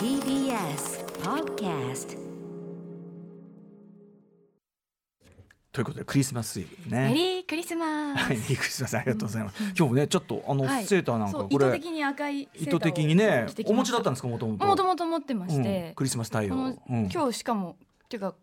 TBS Podcast ということでクリスマスイブね。メリークリスマス。はい、びっくりしました。ありがとうございます。今日もね、ちょっとあの、はいセーターなんそかうこ意図れ的に赤いセー意ターを図的にね着て、きおま持しちただったんですかもともと。もともと持ってましうんて、クリスマス対こ応の。うん今日しかもっていうか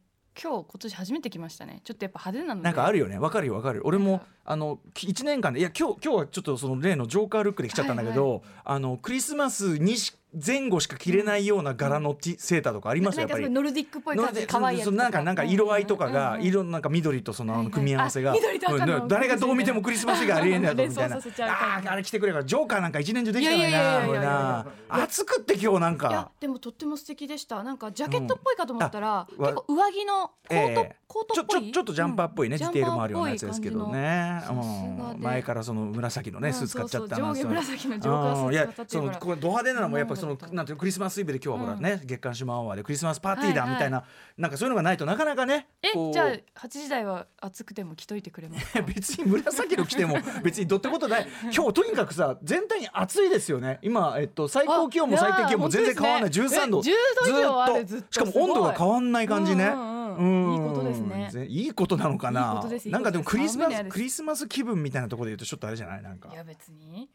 今日今年初めて来ましたね。ちょっとやっぱ派手なので。なんかあるよね、わかるよわかる。俺なんもかあのき一年間でいや今日今日はちょっとその例のジョーカールックで来ちゃったんだけど、あのクリスマスにし前後しか着れないような柄のティセーターとかありますなよんやかっぱすごいり。ノルディックっぽいなん感でじ可愛いやつそとうなんかなんか色合いとかうがんうんうん色なんか緑とそのあはいのはい組み合わせがあ緑と赤のうん誰がどう見てもクリスマス以外ありえないだろみた いな連想させちゃう感あじーあれ着てくればジョーカーなんか一年中できたのにいやいやいやないやこれないやいや暑くって今日なんいやかでもとっても素敵でした。なんかジャケットっぽいかと思ったら、うんあわ結構上着のコート、ええコーちトょちっょぽいちょっとジャンパーっぽいねうんディテールもあるようなやつですけどねジャンパーっぽい感じのさすがうんで前からその紫のねスーツ買っちゃったなそうそう上下紫のジョーカースうんいーツや買っちそゃのったかこうド派手なのもやっぱそのそうなんだなんていうのクリスマスイブで今日はほらうんね、月刊島アワーでクリスマスパーティーだはいみはいたいな、なんかそういうのがないとなかなかねら。こえう。じゃあ八時台は暑くても着といてくれますか 別に紫の着ても別にどってことない今日とにかくさ全体に暑いですよね今、えっと、最高気温も最低気温も全然変わらない13度十度以上あるずっと。しかも温度が変わわんない感じね、うんううんんいいことですね。ぜいいことなのかないいことですいいなんかでもクリスマことですス寒いの嫌ですクリスマス気分みたいなところで言うとちょっとあれじゃないなんかいや別に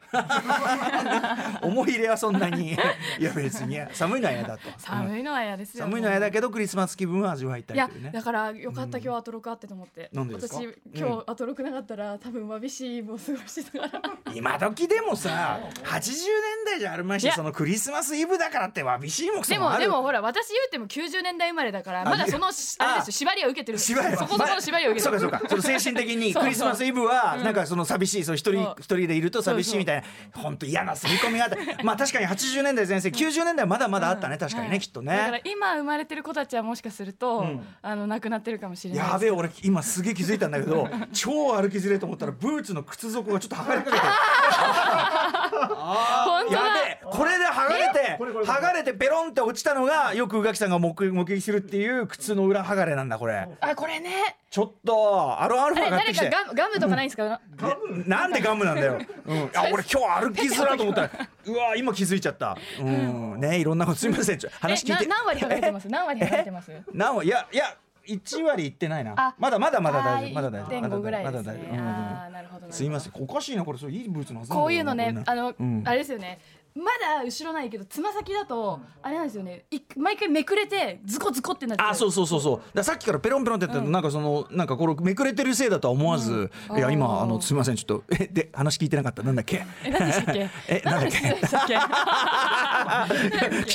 思い入れはそんなに いや別に寒いのは嫌だとうん寒いのは嫌ですよ。寒いのは嫌だけどクリスマス気分は味わいたいいやというねだからよかっうたん今日アトロクあってと思って。なんでですか私今日アトロクなかったら多分わびしいも過ごしてたから。 今時でもさ80年代じゃあるまいいしやそのクリスマスイブだからってわびしいもくそでももあるでもほら私言うても90年代生まれだからあまだそのいしあれですよ縛りは受けてるんです縛よりはそこそこの縛りは受けそてうるかそうかその精神的にそうクリスマスイブはなんかその寂しいそう一人そう一人でいると寂しいみたいな本当嫌な刷り込みがあって まあ確かに80年代前世90年代はまだまだあったね確かにはねいきっとだからね。今生まれてる子たちはもしかすると、うんあの亡くなってるかもしれないやべえ俺今すげえ気づいたんだけど超歩きづれえと思ったらブーツの靴底がちょっと剥がれかけて 本当やだべえこれで剥がれてこれこれこれ剥がれてペロンって落ちたのがよく宇垣さんが目撃目撃するっていう靴の裏剥がれなんだこれあこれねちょっとアロンアルあファれ買って誰きてかガムガムとかないんですか、ねなんでガムなんだ よ。うん、あ、俺今日歩きづらと思ったら、うわ、今気づいちゃった。うん、ね、いろんなことすみません、ちょえ話聞いて。な何割剥がれてます何割剥がれてます 何割いや、いや、一割いってないなあ。まだまだまだあ大ー丈夫、まだ大丈夫。まだ1.5ぐらいまでだす大丈ね夫。うんあーなるほどなるほどすいません、おかしいな、これ、そう、いいブーツのはずなんだこういうのねこれあの、うんあれですよねまだ後ろないけどつま先だとあれなんですよねい毎回めくれてズコズコってなっちゃうあそうそうそうそうだからさっきからペロンペロンってやってるとなんかそのなんかこれめくれてるせいだとは思わず、うんいやあ今ーあのすみませんちょっとえで話聞いてなかったなんだっけえ何でしたっけ えなんだっけ何の話 でしたっけ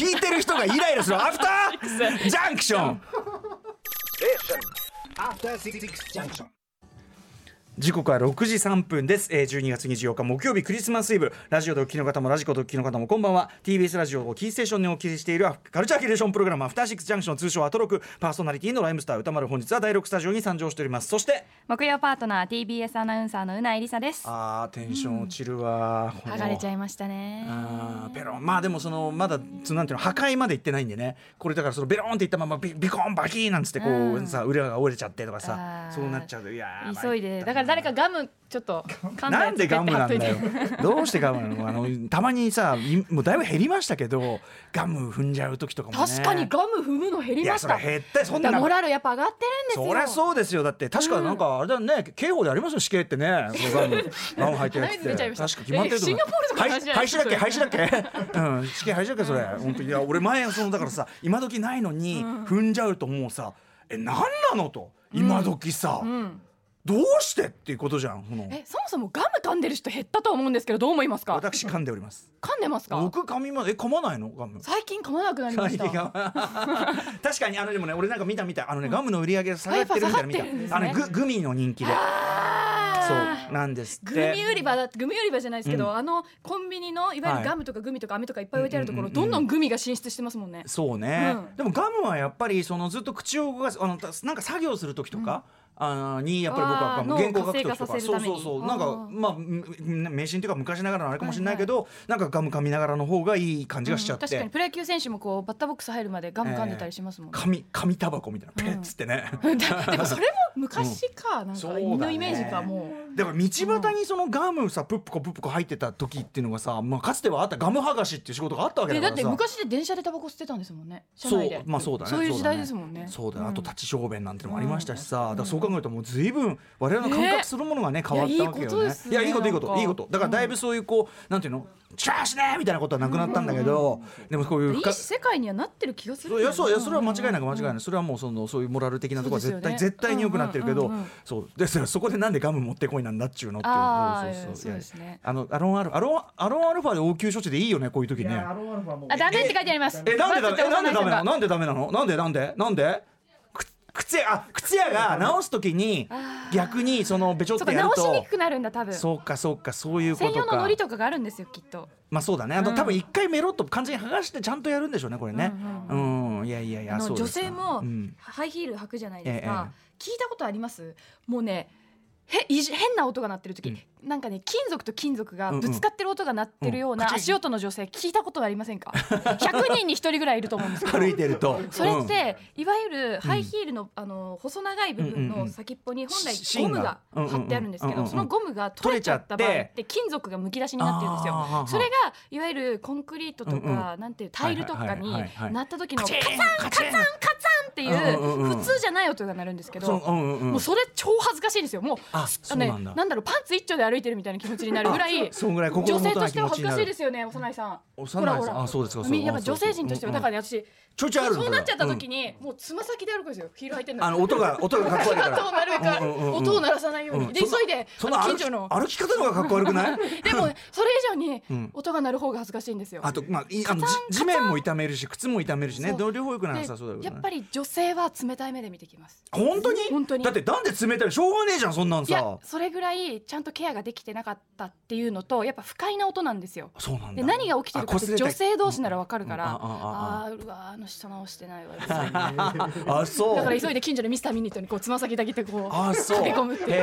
聞いてる人がイライラするアフタ ージャンクション After Six Junction. 時刻は6時3分です、えー、12月24日木曜日クリスマスイブラジオでお聞きの方もラジコでお聞きの方もこんばんは TBS ラジオをキーステーションにお聞きしているカルチャーキュレーションプログラムアフターシックスジャンクション通称アトロクパーソナリティのライムスター歌丸本日は第6スタジオに参上しておりますそして木曜パートナー TBS アナウンサーのうなえりさですあーテンション落ちるわ、この剥がれちゃいましたねあーペロンまあでもそのまだそのなんていうの破壊までいってないんでねこれだからそのベロンっていったままビビコンバキーなんつってこう、うんさ裏が折れちゃってとかさあーそうなっちゃうといやー急いでだから誰かガムちょっと噛んだなやんつでガムなんだよペッて貼っといてどうしてガムなのあのたまにさいもうだいぶ減りましたけどガム踏んじゃう時とかも、ね、確かにガム踏むの減りいやまそしれた減ったそんだなからのモラルやっぱ上がってるんですよそりゃそうですよだって確かなんかあれだね、刑法でありますよ死刑ってねこのガ ムガム入ってるやつって涙出ちゃいま確したか決まってると思うえシンガポールとかの話じゃな廃い止だっけ廃止だっけ うん死刑廃止だっけそれ本当にいや俺前そのだからさ今時ないのに踏んじゃうともうさえ何なのと今時さ、うんどうしてっていうことじゃんこのえそもそもガム噛んでる人減ったと思うんですけどどう思いますか 私噛んでおります噛んでますか僕噛みまえ噛まないのガム最近噛まなくなりました最近 は確かにあのでもね俺なんか見た見たあのね、ガムの売り上げが下がってるみたいなの見あやっぱ下がってるんでたすあねのググミの人気であーそうなんですっグミて売り場だグミ売り場じゃないですけど、うあのコンビニのいわゆはいるガムとかグミとか飴とかいっぱい置いてあるとこうんろ、うんうんどうんんどんグミが進出してますもんね。そうね、うんでもガムはやっぱりそのずっと口を動かすあのたなんか作業する時とか、あーにやっぱり僕はあーガム原稿脳を書く活性時化とさかせるそたうめにそうそうなんあかーまあん迷信というか昔ながらのあれかもしれないけど、なんかガム噛みながらの方がいい感じがしちゃって、確かにプロ野球選手もこうバッターボックス入るまでガム噛んでたりしますもんね。 紙紙タバコみたいなペッつってね、でもそれも昔かなんそうだかね犬のイメージかもだから道端にそのガムさプップコプップコ入ってた時っていうのがさ、まあ、かつてはあったガム剥がしっていう仕事があったわうけでだかだっらてさ昔で電車でタバコ吸ってたんですもんね車そ内うで、まあそうだねそういう時代ですもんねそうだねんあと立ち小便なんてのもありましたしさ、だからそう考えるともう随分我々の感覚するものがね変わったわけいやいいことよでねすいねやいいこといいこなんとかいいことだからだいぶそういうこうなんていうのチャーしねーみたいなことはなくなったんだけどでもこういうい深い世界にはなってる気がするそういやそういやそれは間違いなく間違いない、それはもうそのそういうモラル的なところはそ絶うですよ対、ね絶対に良くなってるけど、うんうんうんうんそうでそそこでなんでガム持ってこいなんだっちゅうのっていうあーそうそうそういやそうですねあのアロンアルアロンアロンアルファで応急処置でいいよねこういう時いねやアロンアルファもうあダメって書いてありますえなんでダメえなんでダメなののなんでダメなのなんでなんでなんでく靴屋あ靴屋が直す時に逆にそのべちょっそうかとやる直しにとくくなるんだ多分そうかそうかそういうこ専と用のかノリとかがあるんですよきっとまあそうだねあの、多分一回メロッと完全に剥がしてちゃんとやるんでしょうねこれねうん、いやいやいやあそのうで女すか性もうんハイヒール履くじゃないですえか、聞いたことありますもうねへいじ変な音が鳴ってる時、なんかね金属と金属がぶつかってる音が鳴ってるよううんなうん足音の女性聞いたことありませんか 100人に1人ぐらいいると思うんですけど歩いてると それって、いわゆるハイヒールの,、あの細長い部う分んうんうのん先っぽに本し来ゴ芯ムがが貼ってあるんですけうんうんどうんそのゴムが取れちゃった場合って金属がむき出しになってるんですあーはよーそれがいわゆるコンクリートとうんかなんていうタイルとかにはいはいはいはいなった時カのカチツンンカカチツンンカツンっていうんうんううん普通じゃない音が鳴るんですけそどううんうんうんもうそれ超恥ずかしいんですよもうあそうなんだあのねなんだろうパンツ一丁で歩いてるみたいな気持ちになるぐらあいそんぐらい心も 女性ととないして気持ちになは恥ずるかしいですよね幼いさん幼いさほんらほらあそうですかそうみやっぱ女性陣としてはうんうだんからね私ちょいちょいあるそうなっちゃった時に、に、もうつま先で歩くんですよヒール履いてるうのんあの音が音がかっこ悪いから音をなるべく、うんうんうんうん音を鳴らさないように、うんでそ急んないでそあのの歩近き所の歩き方の方がかっこ悪くない でもそれ以上にん音が鳴る方が恥ずかしいんですよ、あと、まあ、いあのじ地面も痛めるし靴も痛めるしねそうど両方良くならなさそうだけどでやねっぱり女性は冷たい目で見てきます本当に本当にだってなんで冷たいしょうがねえじゃんそんなんいやさそれぐらいちゃんとケアができてなかったっていうのとやっぱ不快な音なんですよそうなんでだ何が起きてるかってあ擦れた女性同士ならわかるから、うんああああああーうわーあの人直してないわうるさいなあそうだから急いで近所のミスターミニットにこうつま先だけでこうあそう駆け込むっていうへ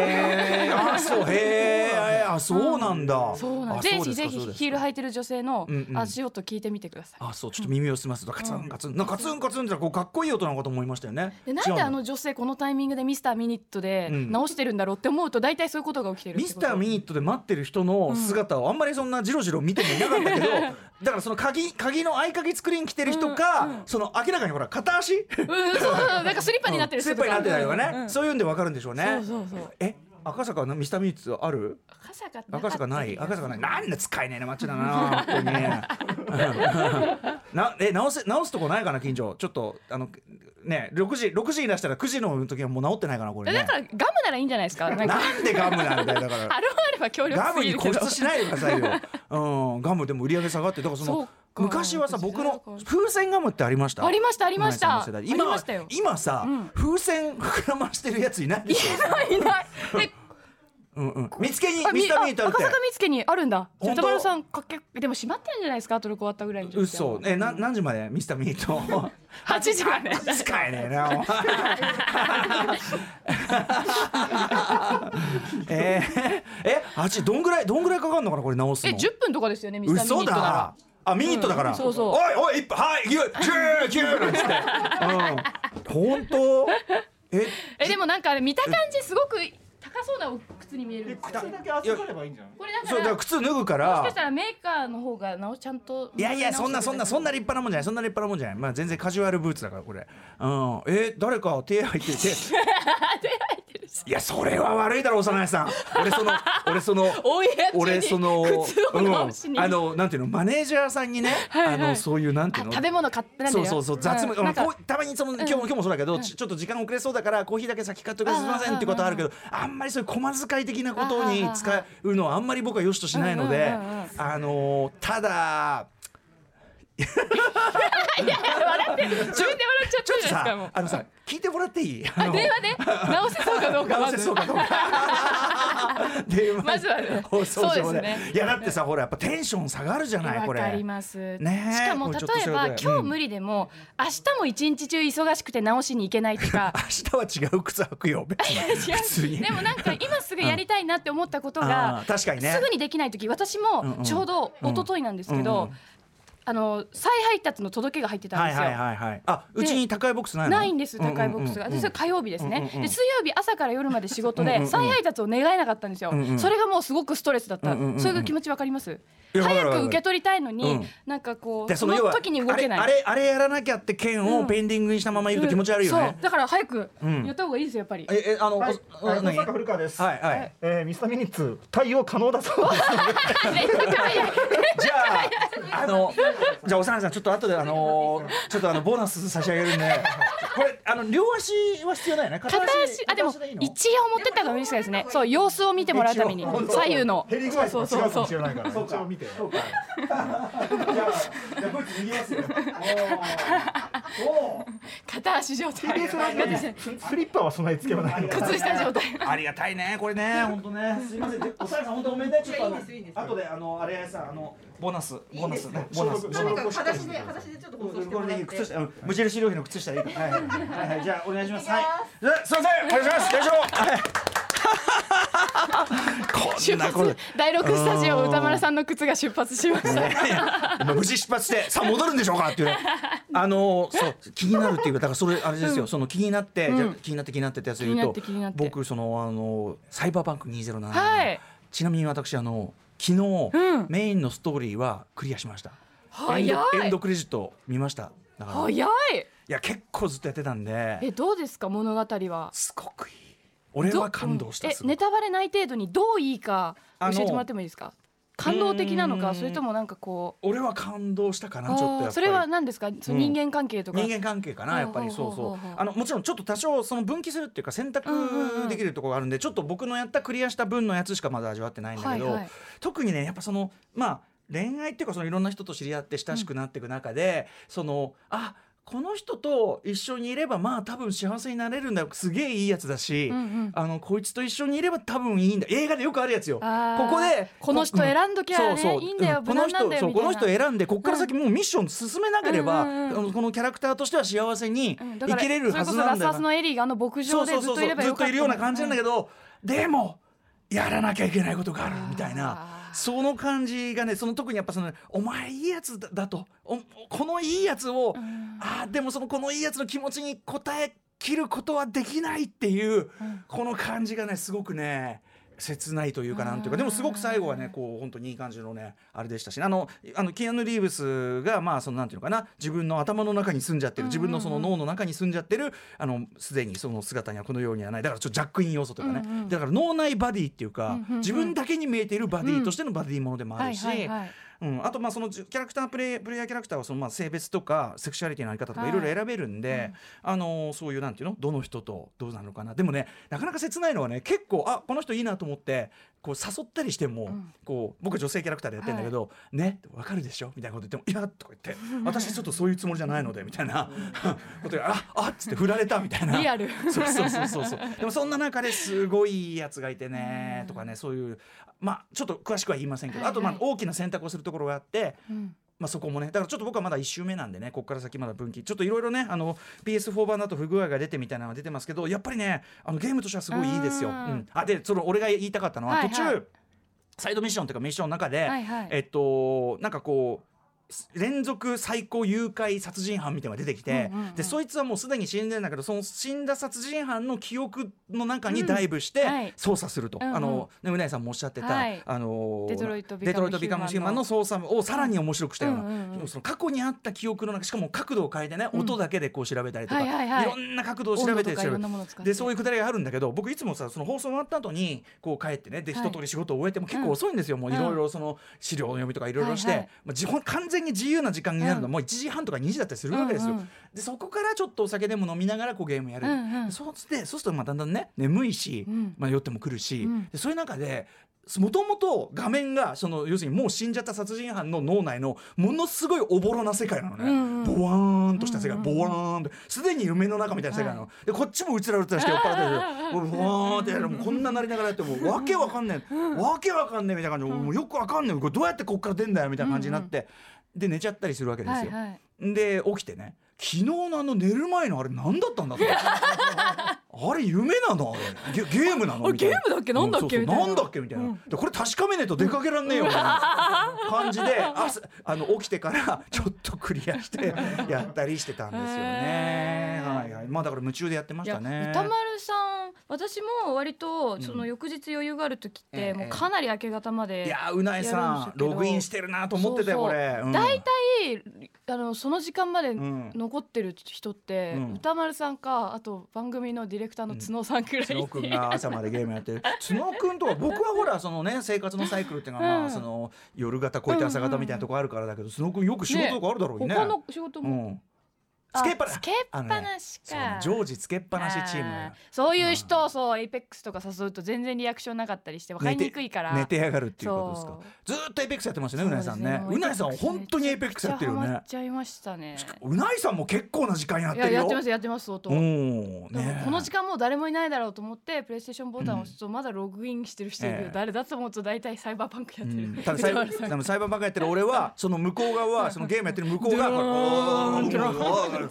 えあそうへえあそうなんだそうなんあです。ぜそうでひすかぜそうひですかヒール履いてる女性のうんうん足音聞いてみてください。あそうちょっと耳を澄ますとカツンカツンなんかカツンカツンってこうかっこいい音なのかと思いましたよねでなん違うであの女性このタイミングでミスターミニットでうん直してるんだろうって思うと大体そういうことが起きてるミスターミニニットで待ってる人の姿をあんまりそんなじろじろ見てもいなかったけど、だからその鍵鍵の合鍵作りに来てる人か、その明らかにほら片足ットうんそうそうそうなんかスリッパになってるス人ーとパーかになってたりとかね、そういうんでわかるんでしょうね。そうそうそうえ赤坂のミスターミニットある赤坂赤なかった坂ない赤坂ないいなんで使えねえな街だな本当にねなえ直せ直すとこないかな近所ちょっとあのね6時6時に出したら9時の時はもう治ってないかなこれえねだからガムならいいんじゃないですかなんかなんでガムなんだよだからアルファルファ協力ガすムぎにる固けど執しないでくださいよ。うん、ガムでも売り上げ下がって、だからそそのうか昔はさ、僕のそうか風船ガムってありました。ありましたありました今井さんの世代今ありましたよ今さ、風船膨らましてるやついないでしょ。いないえうんうん。見つけにあ見みつあけに赤たって坂。見附にあるんだ本当歌丸さんかけでも閉まってるんじゃないですかトルコ終わったぐらいに嘘えな何時までミスターミート8時まで使えねえなお前えー、えあっちどんぐらいどんぐらいかかるのかなこれ直すえの10分とかですよねミスターミニ嘘ットならだあミニットだから、うんそうそうおいおい一杯はいギューギューギューなんつ って、うん、本当ええでもなんかあれ見た感じすごく高そうなお靴に見えるんですよ靴だけ預かればいいんじゃないこれだかそうだからら靴脱ぐかもしからしたらメーカーの方がなおちゃんといやいやそんなそんなそんな立リ派なもんじゃないそんな立派なもんじゃないまあ全然カジュアルブーツだからこれうんえ誰か手入ってて手入ってるいやそれは悪いだろ幼いさん俺 その俺そのおいやつに俺その靴を直しうんにあのなんていうのマネージャーさんにねあのそういうなんていあうの食べ物買ってなんだそようそうそう雑務、んなんかこうたまにその今日も、今日もそうだけど、ちちょっと時間遅れそうだからコーヒーだけ先買っとくすみませんってことはあるけどあんまりそういう駒遣い的なことに使うのはあんまり僕は良しとしないので、うんうんうんうんあのーただ笑って自分で笑っちゃっちょっとたじゃないですかもさうあのさ聞いてもらっていいあの電話で直せそうかどうか直ませずそうかどうか電話まず はね放送上そうでですねいやだってさほらやっぱテンション下がるじゃないわこれかります、ねえしかもこれ例ちょっとえしたばことだよ今日無理でも、明日も一日中忙しくて直しに行けないとか明日は違う靴履くよ別に普通にでもなんか今すぐやりたいなって思ったことあがー確かにねすぐにできない時私うんうんもちょうど一昨日なんですけうんうんどあの再配達の届けが入ってたんはでいすよ。はいはいはいあうちに高いボックスないのないんです高いボックスが、うんうんうんでそれ火曜日ですね、うんうんうんで水曜日朝から夜まで仕事うんうんうでん再配達を願えなかったんですよ、うんうんそれがもうすごくストレスだった、うんうんうんうんそれが気持ちわかりますいやわかる早わかるく受け取りたいのに、うんなんかこうでその要は時に動けないあれあれあれやらなきゃって件をうんペンディングにしたままいると気持ち悪いよそねう、だから早くうんやった方がいいですよやっぱり、ええあのおはい、おはい、何大阪古川です。はいはいえー、ミスタミニッツ対応可能だそうです。じゃあ、あの、じゃあ、おさなさん、ちょっと後で、あの、ちょっと、あの、ボーナス差し上げるんで。これ、あの、両足は必要ないよね。片片足あでも片足いいの一応持ってった方が嬉しいですねそう様子を見てもらうために一応本当左右の減り具合とか違うかもしれないから、そう一か応見て。そうか。じゃあ、じゃあ、こいつ逃げますよ。おーおー。片足状態 TBS ラジオにスリッパは備え付けはないのかな。靴下状態ありがたいね、これね、本当ね、すいません、でおさらさん、本当ごめんね、ちょっと、あの、後で、あの、あれやさん、あの、ボーナス、ボーナスね、ボーナス、ボーナス。私で、私でちょっと放送してこもれらでっいいて。靴下、うん無印良品の靴下でいいから。はいはいはいはい、じゃあお願いします。はい。じゃあすいません、お願いします。よいしょ。は い。こ出んなこ発第六スタジオ歌丸さんの靴が出発しましたと、まあ無事出発して、さあ戻るんでしょうかっていうね。あのー、そう気になるっていうか、だからそれあれですよ。その気になって、じゃあ気になって気になってってやつで言うと気になって気になっ、て僕そのあのサイバーバンク2077。はいちなみに私あの昨日うんメインのストーリーはクリアしました。早エンいドエンドクレジット見ました。だから早いいや結構ずっとやってたんで。えどうですか物語はすごくいい俺どは感動したえすごくネタバレない程度にどういいか教えてもらってもいいですか感動的なのうーかんそれともなんかこ俺は感動したかうなちょっとやっぱあーりそれは何ですかそうのん人間関係とか人間関係かなやっぱりほそううほうほうほそううあのもちろんちょっと多少その分岐するっていうか選択うんうんできるところがあるんでちょっと僕のやったクリアした分のやつしかまだ味わってないんだけど、はいはい特にねやっぱそのまあ恋愛っていうかそのいろんな人と知り合って親しくなっていく中で、そのあこの人と一緒にいればまあ多分幸せになれるんだよすげえいいやつだし、うんうんあのこいつと一緒にいれば多分いいんだ映画でよくあるやつよ。あーここでこの人選んどきゃねそうそういいんだよう無難なんだこの人そうよみたいなこの人選んでここから先もうミッション進めなければ、うんうんうんあのこのキャラクターとしては幸せにうんだか生らきれるはずなんそれこそラスだよハスのエリーがあの牧場でずっといればずよっとかったいるような感じなんだけど、でもやらなきゃいけないことがあるあーみたいなその感じがねその特にやっぱそのお前いいやつだだとおこのいいやつを、あーでもそのこのいいやつの気持ちに応え切ることはできないっていう、この感じがねすごくね切ないというかなんというかでもすごく最後はねこう本当にいい感じのねあれでしたしあのあのキアヌ・リーブスがまあそのなんていうのかな自分の頭の中に住んじゃってる自分のその脳の中に住んじゃってるあのすでにその姿にはこのようにはないだからちょっとジャックイン要素というかね、だから脳内バディっていうか、自分だけに見えているバディとしてのバディものでもあるし、はいはいはいうん、あとまあそのじゅキャラクタープレイプレイヤーキャラクターはそのまあ性別とかセクシュアリティのあり方とかはいいろいろ選べるんで、あのーそういうなんていうのどの人とどうなのかなでもねなかなか切ないのはね結構あこの人いいなと思ってこう誘ったりしても、こう僕女性キャラクターでやってんだけど、ねわかるでしょみたいなこと言っても「いや」とか 言って「私ちょっとそういうつもりじゃないので」みたいな ことで「ああっ」つって振られたみたいなリアル そうそうそうそうそう。でもそんな中ですごいいいやつがいてねとかねそういうまあちょっと詳しくは言いませんけど、はいはいあとまあ大きな選択をするところがあって。うんまあそこもねだからちょっと僕はまだ1周目なんでねここから先まだ分岐ちょっといろいろねあの PS4 版だと不具合が出てみたいなのが出てますけどやっぱりねあのゲームとしてはすごいいいですよ。ううんん、あでその俺が言いたかったのは、はいはい途中サイドミッションというかミッションの中で、はいはいえっとなんかこう。連続最高誘拐殺人犯みたいなのが出てきて、うんうんうんでそいつはもうすでに死んでるんだけどその死んだ殺人犯の記憶の中にダイブしてはい捜査すると、うんうんあのねうなぎさんもおっしゃってた、はいあのデトロイトビカムデトロイトビカムヒューマンの操作をさらに面白くしたような、うんうんうんその過去にあった記憶の中しかも角度を変えてね、音だけでこう調べたりとか、はいはいはいろんな角度を調べて温度とかいろんなものを使ってでそういうくだりがあるんだけど僕いつもさその放送終わった後にこう帰ってねではい一通り仕事を終えても結構遅いんですよ、もういろいろその資料の読みとかいろいろして、はいはいまあ、自分完全に自由な時間になるのはうんもう1時半とか2時だったりするわけですよ。うんうんでそこからちょっとお酒でも飲みながらこうゲームやる、うんうんそうしてそうするとまあだんだんね眠いし、んまあ、酔っても来るし、んでそういう中でもともと画面がその要するにもう死んじゃった殺人犯の脳内のものすごいおぼろな世界なのね、んうんボワーンとした世界、ボワーンとすでに夢の中みたいな世界なの、でこっちもうつらうつらして酔っ払 ってるボワーンってやるもうこんななりながらやってもうわけわかんねえ、わけわかんねえみたいな感じで、もうよくわかんねえこれどうやってこっから出んだよみたいな感じになって、で寝ちゃったりするわけですよ。はいはいで起きてね昨日のあの寝る前のあれ何だったんだと あれ夢なのあれゲゲームなのあみたいなゲームだっけなんだっけうんそうそうみたいななんだっけみたいな、うんでこれ確かめねえと出かけらんねえよみたいな 感じで朝あの起きてからちょっとクリアしてやったりしてたんですよねへ。ーはいはい、まあだから夢中でやってまいしたやね。歌丸さん私も割とその翌日余裕がある時っええてもうかなり明け方まいでやうなえさんやるんですけどログインしてるなと思ってたよそうこそうれ。うん大体、あのその時間までん残ってる人って、うん歌丸さんかあと番組のディレクターの角さんくらいで、角くんが朝までゲームやって る角くんとは僕はほらそのね生活のサイクルっていうのはまあ、うんその夜型こういった朝型みたいなとこあるからだけど角くんよく仕事とかあるだろうにね。他の仕事うも、ん、つけっぱなあつけっぱあのねなしそかう常時つけっぱなしチームあーそういう人をそうエイペックスとか誘うと全然リアクションなかったりして分かりにくいから寝てやがるっていうことですかそうずーっとエイペックスやってましたねうなえさんねうなえさん本当にエイペックスやってるよめちゃねくちゃハマっちゃいましたねうなえさんも結構な時間やっいてやるよやってますやってます相当おーでもねこの時間もう誰もいないだろうと思ってプレイステーションボタンを押すとまだログインしてる人いるよ、ええ誰だと思うと大体サイバーパンクやってる、うんただ裁判でも裁判ばっかやってる俺はその向こう側はそのゲームやってる向こう側はこうおーおーおーおーおーおーおーおー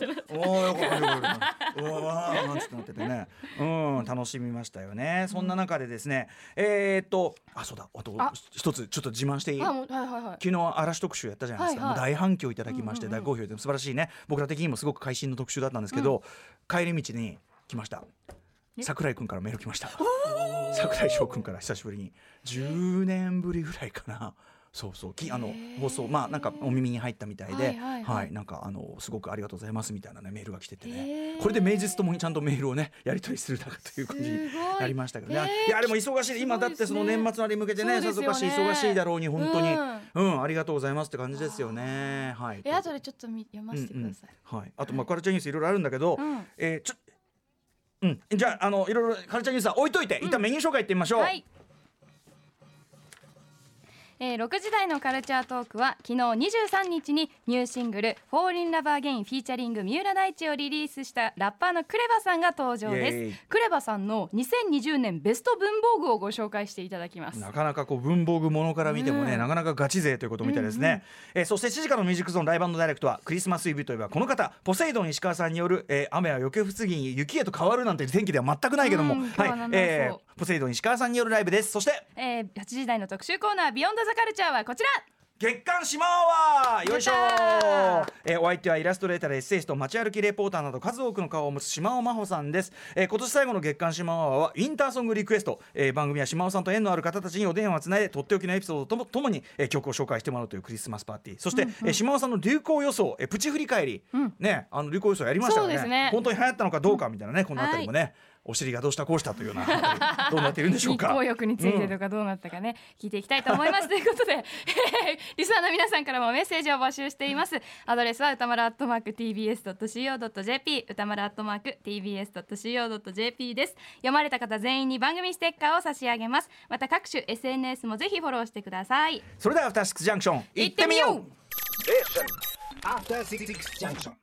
おーなんつってなっててねうん楽しみましたよねそんな中でですねえーっとあそうだあとあ一つちょっと自慢していいあもうはいはいはい昨日嵐特集やったじゃないですか、はいはもう大反響いただきまして、大好評で素晴らしいね僕ら的にもすごく会心の特集だったんですけど、帰り道に来ました桜井くんからメール来ました桜井翔くんから久しぶりに10年ぶりぐらいかなそうそうきあの放送まあなんかお耳に入ったみたいで、ははいいはいはいなんかあのすごくありがとうございますみたいなねメールが来ててねへーこれで名実ともにちゃんとメールをねやり取りするだという感じにすごいなりましたけどね、えーいやでも忙しい今だってその年末のあれに向けてねそさうですぞよねかし忙しいだろうに本当に、うんうん、ありがとうございますって感じですよね。はい。え後でちょっと見読ませてください、うんうんはい。あとまあカルチャーニュースいろいろあるんだけど、うんえーちょ、うん、じゃああのいろいろカルチャーニュースは置いといて、一旦メニュー紹介いってみましょう。はい。えー、6時台のカルチャートークは昨日23日にニューシングル「Fall in Love Again」フィーチャリング三浦大知をリリースしたラッパーのクレバさんが登場イエでイすクレバさんの2020年ベスト文房具をご紹介していただきますなかなかこう文房具ものから見てもね、なかなかガチ勢ということみたいですね、えーそして7時からのミュージックゾーンライブダイレクトはクリスマスイブといえばこの方ポセイドン石川さんによる、えー雨は余計不思議に雪へと変わるなんて天気では全くないけども、うん今日はいはなん、だろうえーポセイドン石川さんによるライブですそしてえー、8時台の特集コーナー「ビヨンドザカルチャーはこちら月刊シマアワーよいしょやったーえーお相手はイラストレーターでエッセイスト街歩きレポーターなど数多くの顔を持つ島尾真帆さんです、えー今年最後の月刊シマアワーはインターソングリクエスト、えー番組は島尾さんと縁のある方たちにお電話をつないでとっておきのエピソードともともに、えー曲を紹介してもらうというクリスマスパーティーそして、えー島尾さんの流行予想、えープチ振り返り、ねあの流行予想やりましたよねそうですね本当に流行ったのかどうかみたいなね、このあたりもね、お尻がどうしたこうしたというようなどうなっているんでしょう日 か光浴についてとかどうなったかね、聞いていきたいと思い ますということで リスナーの皆さんからもメッセージを募集していますアドレスは歌丸アットマーク tbs.co.jp 歌丸アットマーク tbs.co.jp です読まれた方全員に番組ステッカーを差し上げますまた各種 SNS もぜひフォローしてくださいそれではアフターシックスジャンクション行ってみようう After Six Junction.